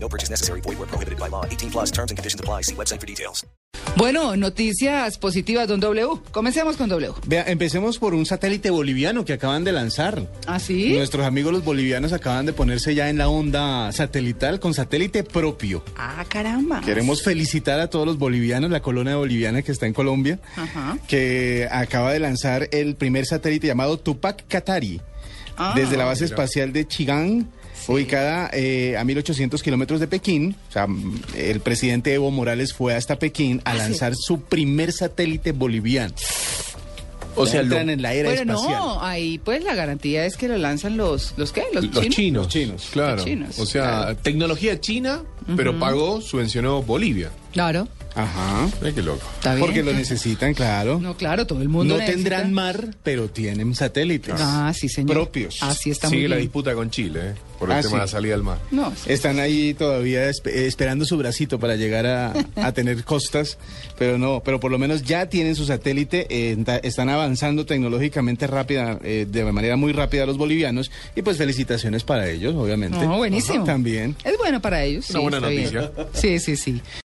No purchase necessary. Void where prohibited by law. 18 plus terms and conditions apply. See website for details. Bueno, noticias positivas, don W. Comencemos con W. Vea, empecemos por un satélite boliviano que acaban de lanzar. ¿Ah, sí? Nuestros amigos los bolivianos acaban de ponerse ya en la onda satelital con satélite propio. Ah, caramba. Queremos felicitar a todos los bolivianos, la colonia boliviana que está en Colombia, Ajá. que acaba de lanzar el primer satélite llamado Tupac Katari Ah, desde la base espacial de Chigán, ubicada eh, a 1800 kilómetros de Pekín. O sea, mm, el presidente Evo Morales fue hasta Pekín Ah, a lanzar su primer satélite boliviano. O sea, entran en la era Bueno, espacial. no, ahí pues la garantía es que lo lanzan los, ¿los qué? Los, Los chinos. Los chinos. Claro. Los chinos, o sea, claro. tecnología china, pero pagó, subvencionó Bolivia. Claro, Ajá. Mira qué loco. está bien. Porque lo necesitan, claro. No, No, claro, todo el mundo necesita. tendrán mar, pero tienen satélites Ah, sí, señor. propios. Así está muy Sigue la bien. disputa con Chile, ¿eh? por el Ah, tema sí. de la salida al mar. No, sí. Están ahí todavía esp- eh, esperando su bracito para llegar a, a tener costas, pero no, pero por lo menos ya tienen su satélite, eh, enta- están avanzando tecnológicamente rápida, eh, de manera muy rápida los bolivianos, y pues felicitaciones para ellos, obviamente. No, buenísimo. También. Es bueno para ellos. Una sí, buena está bien. noticia. Sí, sí, sí.